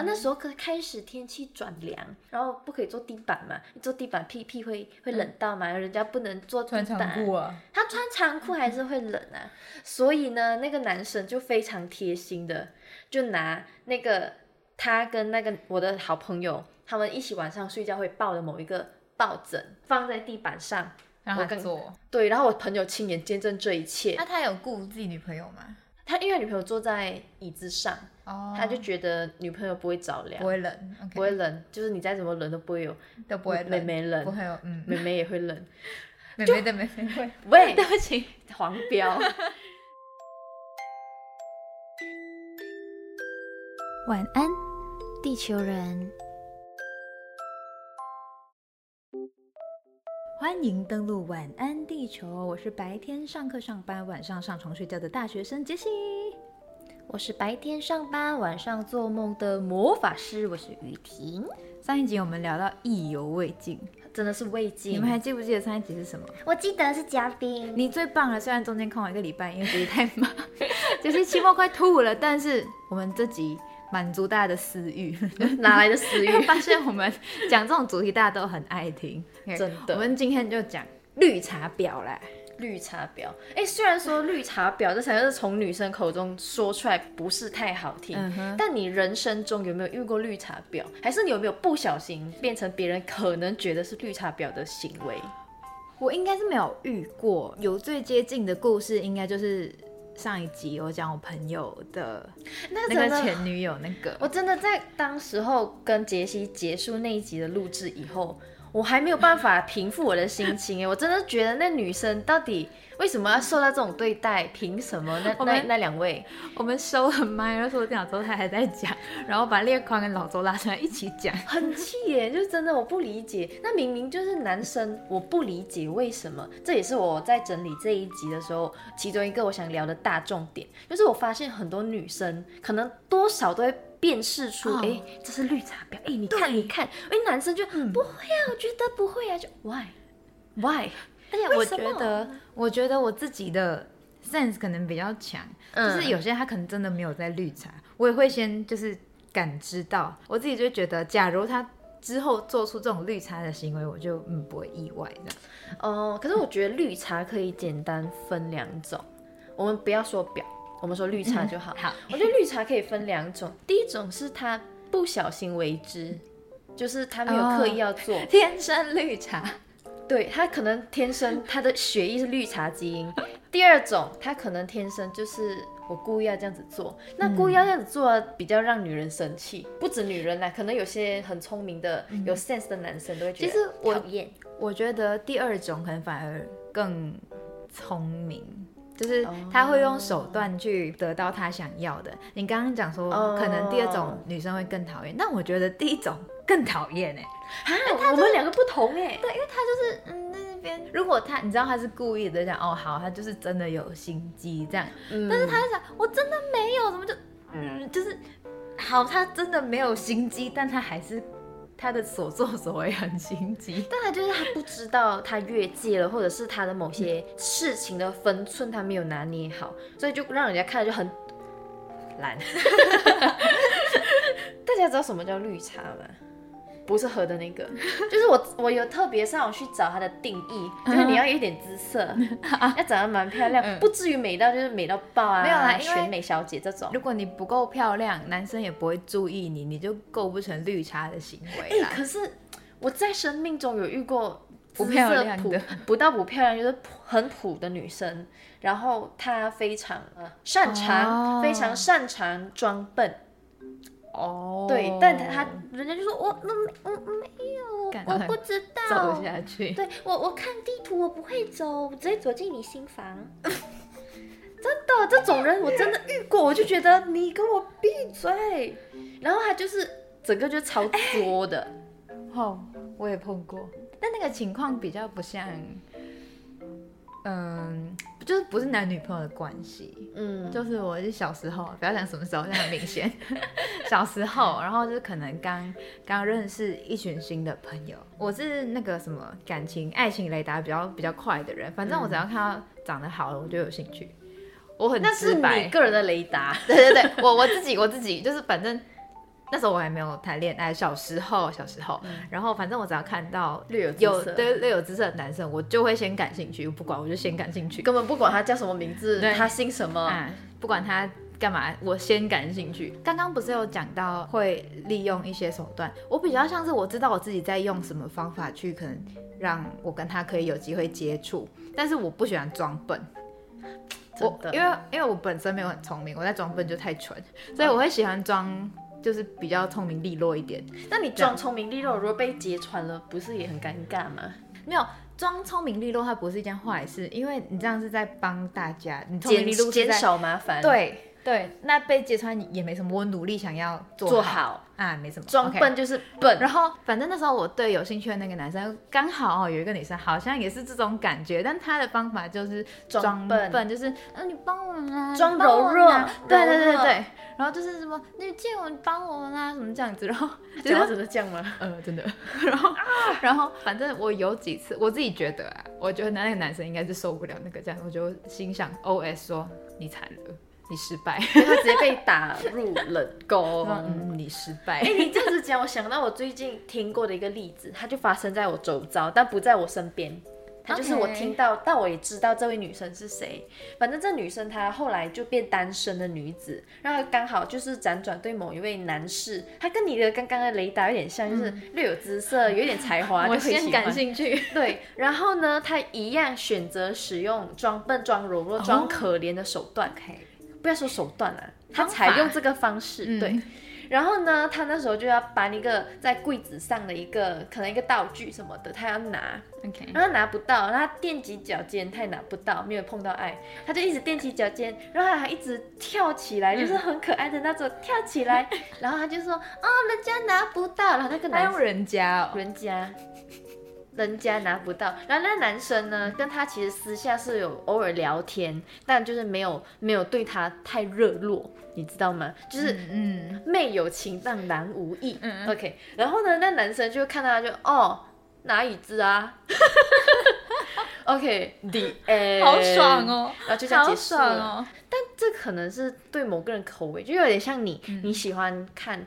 后那时候可开始天气转凉，然后不可以坐地板嘛，坐地板屁屁会会冷到嘛，人家不能坐地穿长板。裤啊，他穿长裤还是会冷啊，所以呢，那个男生就非常贴心的，就拿那个他跟那个我的好朋友，他们一起晚上睡觉会抱的某一个抱枕放在地板上，让我他跟做。对，然后我朋友亲眼见证这一切那，啊他有顾自己女朋友吗？他因为女朋友坐在椅子上，哦，他就觉得女朋友不会着凉不，会冷，OK，不会冷，就是你再怎么冷都不会有，都不会妹冷，妹不冷，会有，嗯，妹妹也会冷，妹妹的妹妹会。喂，不起，黄标。晚安，地球人。欢迎登录晚安地球，我是白天上课上班，晚上上床睡觉的大学生杰西。我是白天上班，晚上做梦的魔法师，我是雨婷，上一集我们聊到意犹未尽，真的是未尽。你们还记不记得上一集是什么？我记得是嘉宾，你最棒了，虽然中间空了一个礼拜，因为杰西太忙， 杰西期末快吐了，但是我们这集满足大家的私欲， 哪来的私欲因？为发现我们讲这种主题大家都很爱听，真的我们今天就讲绿茶婊啦。 绿茶婊。哎、虽然说绿茶婊这才是从女生口中说出来不是太好听，嗯哼但你人生中有没有遇过绿茶婊？还是你有没有不小心变成别人可能觉得是绿茶婊的行为？我应该是没有遇过，有最接近的故事应该就是上一集我讲我朋友的那那真的个前女友那个，我真的在当时候跟杰西结束那一集的录制以后，我还没有办法平复我的心情哎，我真的觉得那女生到底为什么要受到这种对待？凭什么？那我那们那两位，我们收了麦，然后收电脑之后他还在讲，然后把列宽跟老周拉出来一起讲。很气耶，就真的我不理解，那明明就是男生，我不理解为什么。这也是我在整理这一集的时候，其中一个我想聊的大重点，就是我发现很多女生可能多少都会辨识出，哦哎、这是绿茶婊，哎、你看你看，哎，男生就、不会啊，我觉得不会啊，就 why why，而且我啊觉得，我觉得我自己的 sense 可能比较强，嗯就是有些他可能真的没有在绿茶，我也会先就是感知到，我自己就觉得，假如他之后做出这种绿茶的行为，我就嗯不会意外这样。哦、可是我觉得绿茶可以简单分两种，我们不要说婊，我们说绿茶就好。好，我觉得绿茶可以分两种，第一种是他不小心为之，就是他没有刻意要做，天生 绿茶。对他可能天生他的血液是绿茶基因。第二种，他可能天生就是我故意要这样子做，那故意要这样子做啊比较让女人生气，不止女人啦，啊可能有些很聪明的、有 sense 的男生都会觉其得实我讨厌。我觉得第二种可能反而更聪明，就是哦他会用手段去得到他想要的。你刚刚讲说，哦可能第二种女生会更讨厌，但我觉得第一种更讨厌哎。啊，我们两个不同哎、嗯，那边如果他你知道他是故意的，讲哦好，他就是真的有心机这样，嗯但是他就讲我真的没有，怎么就嗯就是好，他真的没有心机，但他还是他的所作所为很心机。当然就是他不知道他越界了，或者是他的某些嗯事情的分寸他没有拿捏好，所以就让人家看了就很 懒。大家知道什么叫绿茶吗？不是喝的那 个，就是我我有特别上网去找它的定义，就是你要有一点姿色， 要长得蛮漂亮，嗯不至于美到就是美到爆啊，没有啦因为选美小姐这种。如果你不够漂亮，男生也不会注意你，你就构不成绿茶的行哎、为啦。可是我在生命中有遇过不姿漂色亮普的， 不到不漂亮，就是普很普的女生。然后她非常呃擅长，哦非常擅长装笨，哦对。但她她人家就说我那没我没干有，我不知道走。下去，对我我看地图我不会走，我直接走进你心房。 真的，这种人我真的遇过，我就觉得你跟我闭嘴。然后她就是整个就超作的。哦，我也碰过，但那个情况比较不像，嗯，就是不是男女朋友的关系，嗯，就是我是小时候，不要讲什么时候，这样很明 显，小时候，然后就是可能刚刚认识一群新的朋友，我是那个什么感情、爱情雷达比较比较快的人，反正我只要看到长得好了，我就有兴趣，我很嗯那是直白 你，个人的雷达， 对对对，我我自己我自己就是反正那时候我还没有谈恋爱，小时候小时候，然后反正我只要看到嗯略有姿有色对略有姿色的男生，我就会先感兴趣，不管我就先感兴趣，根本不管他叫什么名字对，他姓什么，啊，不管他干嘛，我先感兴趣。刚刚不是有讲到会利用一些手段，我比较像是我知道我自己在用什么方法去可能让我跟他可以有机会接触，但是我不喜欢装笨。我真的因为因为我本身没有很聪明，我在装笨就太蠢，嗯所以我会喜欢装就是比较聪明利落一点。那你啊装聪明利落，如果被揭穿了，不是也很尴尬吗？没有装聪明利落，它不是一件坏事，因为你这样是在帮大家，你聪明利落是减在少麻烦，，对对，那被揭穿也没什么，我努力想要做做好好，啊，没什么装 OK 笨 就是笨。然后，反正那时候我对有兴趣的那个男生，刚好、哦、有一个女生好像也是这种感觉，但她的方法就是装装笨就是嗯、你帮我啦，装你帮我柔弱啦对对对柔弱对，然后就是什么你借我你帮我啦，什么这样子，然后 就讲话是真的这样 吗？呃真的， 然后然后反正我有几次我自己觉得啊，我觉得那个男生应该是受不了那个这样，我就心想 O S 说你惨了，你失败，因为他直接被打入冷 我说宫。嗯你失败 哎、。哦你这样子讲，我想到我最近听过的一个例子，它就发生在我周遭，但不在我身边。它就是我 OK 听到但我也知道这位女生是谁。反正这女生她后来就变单身的女子，然后刚好就是辗转对某一位男士，她跟你的刚刚的雷达有点像，就是略有姿色，有一点才华，嗯 我就会先喜感欢。兴趣，对，然后呢，她一样选择使用装笨、装柔弱、哦装可怜的手段。不要说手段啊，他方法采用这个方式，嗯对。然后呢，他那时候就要搬一个在柜子上的一个可能一个道具什么的，他要拿， OK，然后他拿不到，然后他踮起脚尖，他也拿不到，没有碰到爱，他就一直踮起脚尖，然后他还一直跳起嗯来，就是很可爱的那种跳起 来，然后他就说哦，人家拿不到，然后那个他男用人家、哦，人家，人家拿不到。然后那男生呢，跟他其实私下是有偶尔聊天，但就是没有没有对他太热络，你知道吗？就是嗯，妹有情但男无意。OK，然后呢，那男生就看到他就哦拿椅子啊。OK，the、end，好爽！哦，然后就这样好结束爽了。哦。这可能是对某个人口味，就有点像你，嗯你喜欢看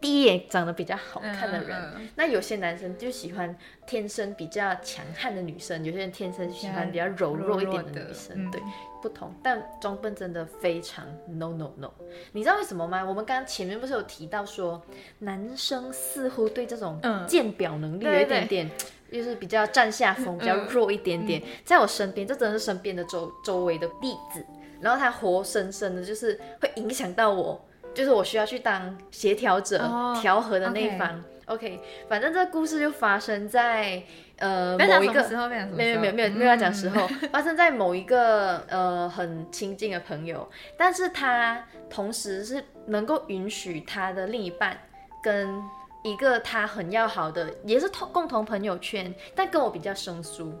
第一眼长得比较好看的人，嗯嗯那有些男生就喜欢天生比较强悍的女生，有些人天生喜欢比较柔弱一点的女生，柔弱的嗯对，不同。但装笨真的非常 no no no，你知道为什么吗？我们刚刚前面不是有提到说，男生似乎对这种嗯鉴表能力对有一对嗯点点。就是比较占下风，比较弱一点点，在我身边，这真的是身边的周周围的例子。然后他活生生的，就是会影响到我，就是我需要去当协调者、哦调和的那一方。OK，反正这个故事就发生在呃嗯不要讲某一什么时嗯个。候，不要讲什么没时有候，没有没有没有要讲时候，发生在某一个呃很亲近的朋友，但是他同时是能够允许他的另一半跟一个他很要好的，也是同共同朋友圈，但跟我比较生疏，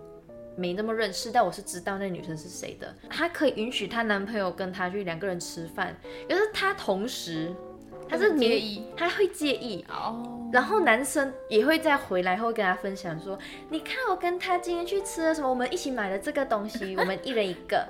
没那么认识，但我是知道那女生是谁的。她可以允许她男朋友跟她去两个人吃饭，可是她同时，她是介明意，她会介意，哦，然后男生也会在回来后跟她分享说，你看我跟她今天去吃了什么，我们一起买了这个东 西，我们一人一个。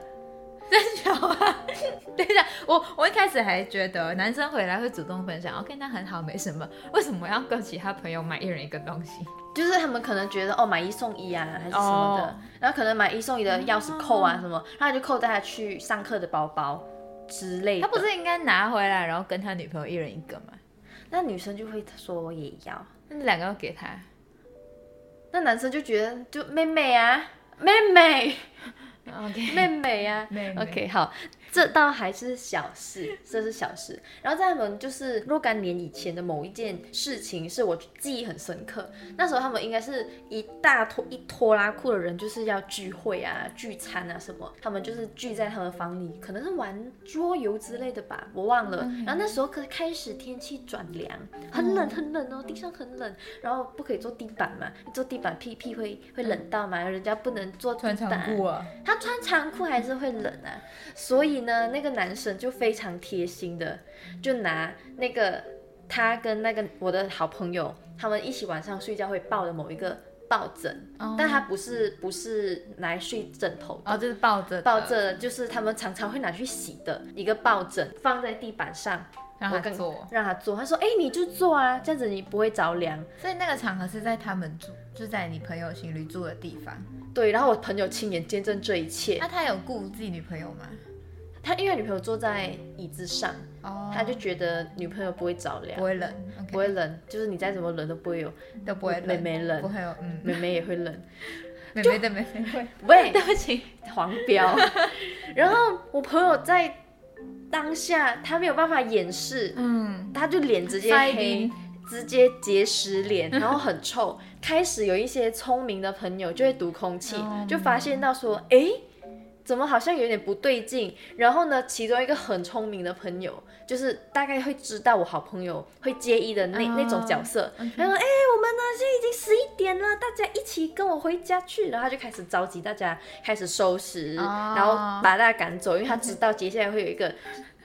等一下，我我一开始还觉得男生回来会主动分享，OK，那很好，没什么，为什么要跟其他朋友买一人一个东西？就是他们可能觉得哦买一送一啊还是什么的哦然后可能买一送一的钥匙扣啊什么，然后就扣在他去上课的包包之类的。他不是应该拿回来，然后跟他女朋友一人一个吗？那女生就会说我也要，那两个要 给他，那男生就觉得就妹妹啊，妹妹， OK 妹妹啊，妹妹 OK，好，这倒还是小事，这是小事。然后在他们就是若干年以前的某一件事情，是我记忆很深刻。那时候他们应该是一大拖一拖拉库的人，就是要聚会啊、聚餐啊什么，他们就是聚在他们房里，可能是玩桌游之类的吧，我忘了。嗯然后那时候可开始天气转凉，很冷很冷哦，地上很冷，然后不可以坐地板嘛，坐地板屁屁会会冷到嘛，人家不能坐地穿板。长裤啊，他穿长裤还是会冷啊，所以呢，那个男生就非常贴心的，就拿那个他跟那个我的好朋友，他们一起晚上睡觉会抱的某一个抱枕，哦但他不是不是拿来睡枕头的，哦，就是抱着的抱，着就是他们常常会拿去洗的一个抱枕，放在地板上，让我他跟做。让他做，他说哎、你就做啊，这样子你不会着凉。所以那个场合是在他们住，就在你朋友情侣住的地方。对，然后我朋友亲眼见证这一切，那他有顾自己女朋友吗？他因为女朋友坐在椅子上，哦他就觉得女朋友不会着凉，不会冷，OK，不会冷，就是你再怎么冷都不会有，都不会冷，妹妹冷不会有，嗯，妹妹也会冷。妹妹的妹妹 会，喂，不起，黄 标。然后我朋友在当下他没有办法掩饰，嗯，他就脸直接塞黑宾，直接结石 脸，然后很臭。开始有一些聪明的朋友就会读空气，哦就发现到说，诶，怎么好像有点不对劲？然后呢，其中一个很聪明的朋友，就是大概会知道我好朋友会介意的那、啊哦那种角色。他说：“诶，我们呢现在已经十一点了，大家一起跟我回家去。”然后他就开始召集大家开始收拾，哦然后把大家赶走，因为他知道接下来会有一个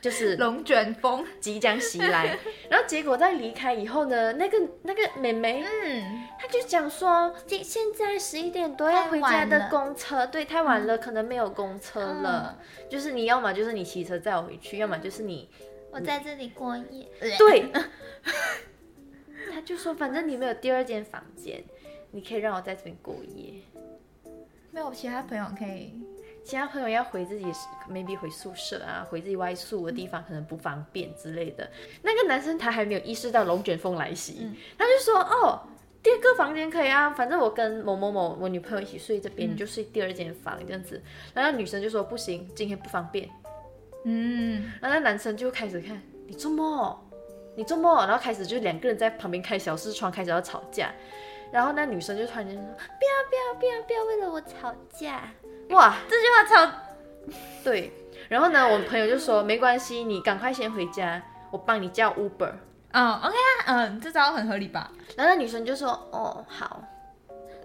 就是龙卷风，即将袭来。然后结果在离开以后呢，那个那个妹妹，嗯，她就讲说，现现在十一点多要回家的公车，对，太晚了，可能没有公车了。就是你要么就是你骑车载我回去，要么就是你我在这里过夜。对。她就说，反正你没有第二间房间，你可以让我在这边过夜。没有其他朋友可以，其他朋友要回自己，maybe 回宿舍啊，回自己外宿的地方，可能不方便之类的。那个男生他还没有意识到龙卷风来袭，他就说：“哦，第二个房间可以啊，反正我跟某某某我女朋友一起睡这边，你就睡第二间房这样子。”然后女生就说：“不行，今天不方便。嗯，”然后那男生就开始看你做梦，你做梦，然后开始就两个人在旁边开小视窗，开始要吵架。然后那女生就突然间说不要不要不要不要为了我吵架！：“哇，这句话吵， 对，然后呢，我朋友就说没关系，你赶快先回家，我帮你叫 Uber。哦，OK 啊，嗯，这招很合理吧？然后那女生就说哦好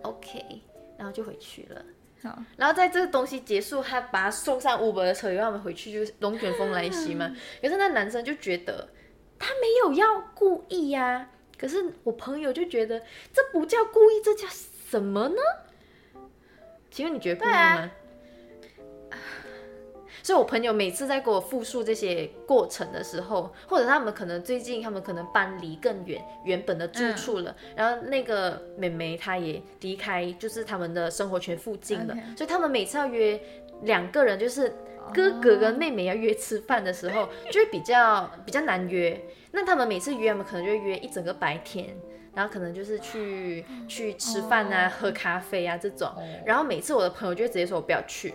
，OK，然后就回去了。好，然后在这个东西结束，他把他送上 Uber 的车以后，他们回去就是龙卷风来袭嘛。可是那男生就觉得他没有要故意呀、可是我朋友就觉得这不叫故意，这叫什么呢？请问你觉得故意吗？所以，我朋友每次在给我复述这些过程的时候，或者他们可能最近他们可能搬离更远原本的住处了，然后那个妹妹她也离开，就是他们的生活圈附近了 OK 所以他们每次要约两个人，就是哥哥跟妹妹要约吃饭的时候，就会比较比较难约。那他们每次约，他们可能就会约一整个白天。然后可能就是去去吃饭啊、喝咖啡啊这种，然后每次我的朋友就会直接说我不要去，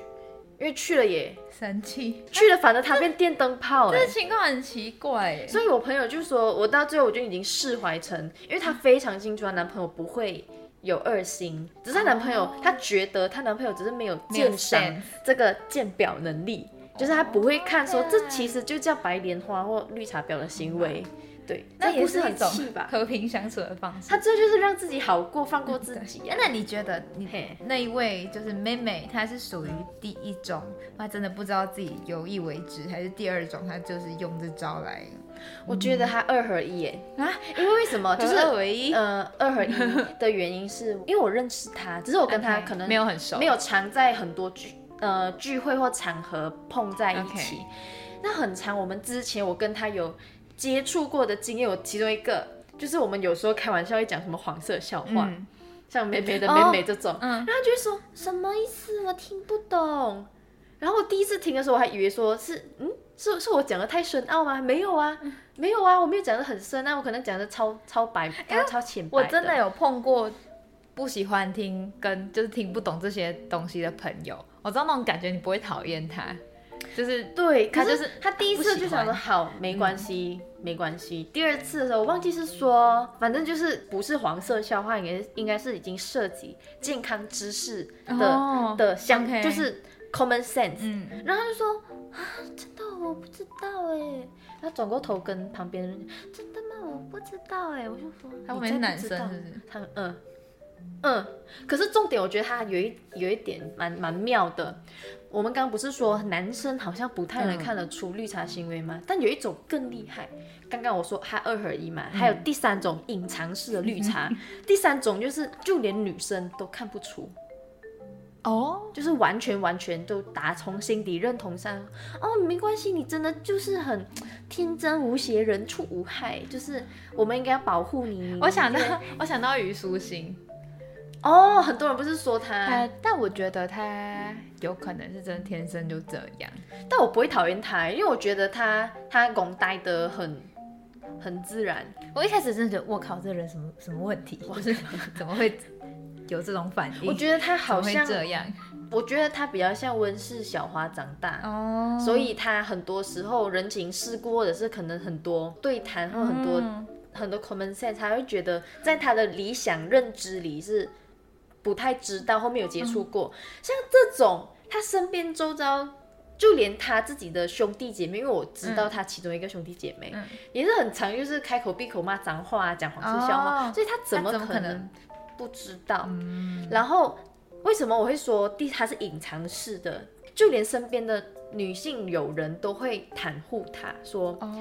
因为去了也生气，去了，反正他变电灯泡哎、这情况很奇怪耶，所以我朋友就说，我到最后我就已经释怀成，因为她非常清楚她男朋友不会有二心，只是她男朋友她觉得她男朋友只是没有哦没有鉴赏 sense 这个鉴表能力，就是他不会看哦说这其实就叫白莲花或绿茶婊的行为，对，那这不也是一很种气吧？和平相处的方式。他这就是让自己好过，放过自己啊。那你觉得嘿你那一位就是妹妹，她是属于第一种，她真的不知道自己有意为之，还是第二种，她就是用这招来我觉得他二合一耶，啊？因为 为什么？就是二为一呃，二合一的原因是因为我认识他，只是我 跟他 OK，可能没有很熟，没有常在很多聚呃聚会或场合碰在一起。 OK 那很长，我们之前我跟他有接触过的经验，有其中一个就是我们有时候开玩笑会讲什么黄色笑话，嗯像妹妹的哦妹妹这种，嗯然后他就会说什么意思，我听不懂。然后我第一次听的时候，我还以为说是嗯。是是我讲的太深奥吗？没有啊，嗯没有啊，我没有讲的很深啊，我可能讲的超超白，超浅白我真的有碰过不喜欢听跟就是听不懂这些东西的朋友，我知道那种感觉，你不会讨厌他，就是对，可他是就是他第一次就想说不喜欢嗯好，没关系，没关系。第二次的时候，我忘记是说，反正就是不是黄色笑话，应该应该是已经涉及健康知识的、哦的相 OK 就是 common sense。嗯，然后他就说，啊真的我不知道哎，欸他转过头跟旁边人，真的吗？我不知道欸哎，我就说他后你面是再不男知生道是不是？他嗯嗯，可是重点，我觉得他有一有一点蛮蛮妙的。我们刚刚不是说男生好像不太能嗯看得出绿茶行为吗？但有一种更厉害，刚刚我说他二合一嘛，还有嗯第三种隐 藏式的绿茶，第三种就是就连女生都看不出。哦，就是完全完全都打从心底认同上。哦，没关系，你真的就是很天真无邪，人畜无害，就是我们应该要保护你。我想到 因为我想到虞书欣，啊哦，很多人不是说他她，但我觉得她有可能是真的天生就这样。但我不会讨厌他，因为我觉得他他拱呆的很很自然。我一开始真的觉得，我靠，这人什么什么问 题？就是怎么会有这种反应？我觉得他怎好么会像，这样我觉得他比较像温室小花长大。哦，所以他很多时候人情世故，或者是可能很多对谈，或很多、嗯很多 common sense，他会觉得在他的理想认知里是不太知道，后面有接触嗯过。像这种，他身边周遭，就连他自己的兄弟姐妹，因为我知道他其中一个兄弟姐妹、嗯也是很常就是开口闭口骂脏话啊，讲黄色笑话，哦所以他怎么他怎么可可能能嗯不知道？然后为什么我会说第他是隐藏式的？就连身边的女性友人都会袒护他，嗯说哦，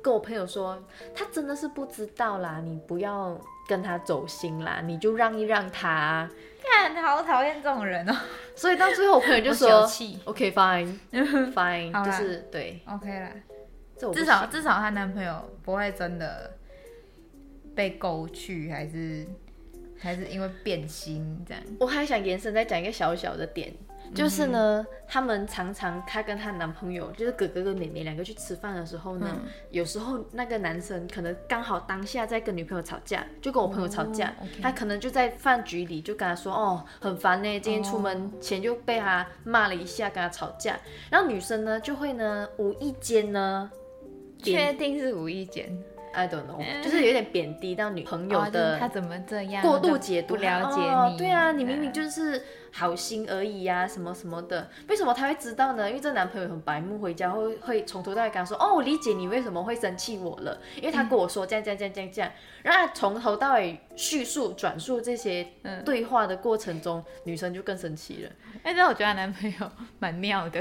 跟我朋友说，他真的是不知道啦，你不要跟他走心啦，你就让一让他啊。看好讨厌这种人哦。所以到最后，我朋友 就我小 说气，OK fine fine，好啦就是对， OK 啦，这我不至少行至少她男朋友不会真的被勾去，还是还是因为变心这样。我还想延伸再讲一个小小的点，就是呢，他们常常她跟她男朋友，就是哥哥跟妹妹两个去吃饭的时候呢，嗯有时候那个男生可能刚好当下在跟女朋友吵架，就跟我朋友吵架，哦，OK 他可能就在饭局里就跟他说，哦，很烦呢，今天出门前就被他骂了一下，跟他吵架，然后女生呢就会呢无意间呢。确贬定是无意间， I don't know，就是有点贬低到女朋友哦的、就是他怎么这样？过度解读不了解哦你。对啊，你明明就是好心而已呀、什么什么的，为什么他会知道呢？因为这男朋友很白目，回家会会从头到尾跟他说，哦，我理解你为什么会生气我了，因为他跟我说这样这样这样这样这样，然后他从头到尾叙述转述这些嗯对话的过程中，女生就更生气了。哎，但我觉得她男朋友 蛮妙的。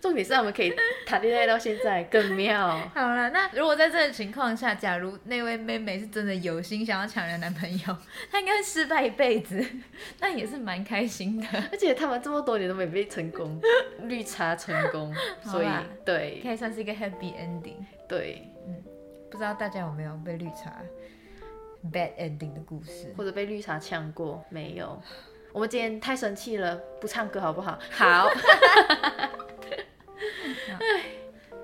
重点是他们可以谈恋爱到现在更妙。好了，那如果在这个情况下，假如那位妹妹是真的有心想要抢人男朋友，她应该会失败一辈子， 那也是蛮开心的。而且他们这么多年都没被成功，绿茶成功，所以好啦对可以算是一个 happy ending。对，不知道大家有没有被绿茶 bad ending 的故事？或者被绿茶呛过没有？我们今天太生气了，不唱歌好不好？好，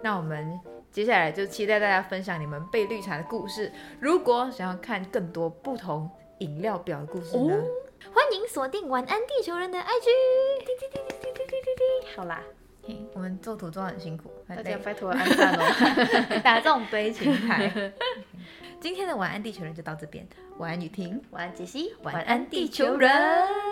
那我们接下来就期待大家分享你们被绿茶的故事。如果想要看更多不同饮料表的故事呢，哦欢迎锁定晚安地球人的 IG。滴滴滴滴滴滴滴滴。 好啦，嘿我们做图做得很辛苦，很大累家拜托按赞 哦，打这种悲情 牌。今天的晚安地球人就到这边，晚安雨婷，晚安，杰西，晚安地球人。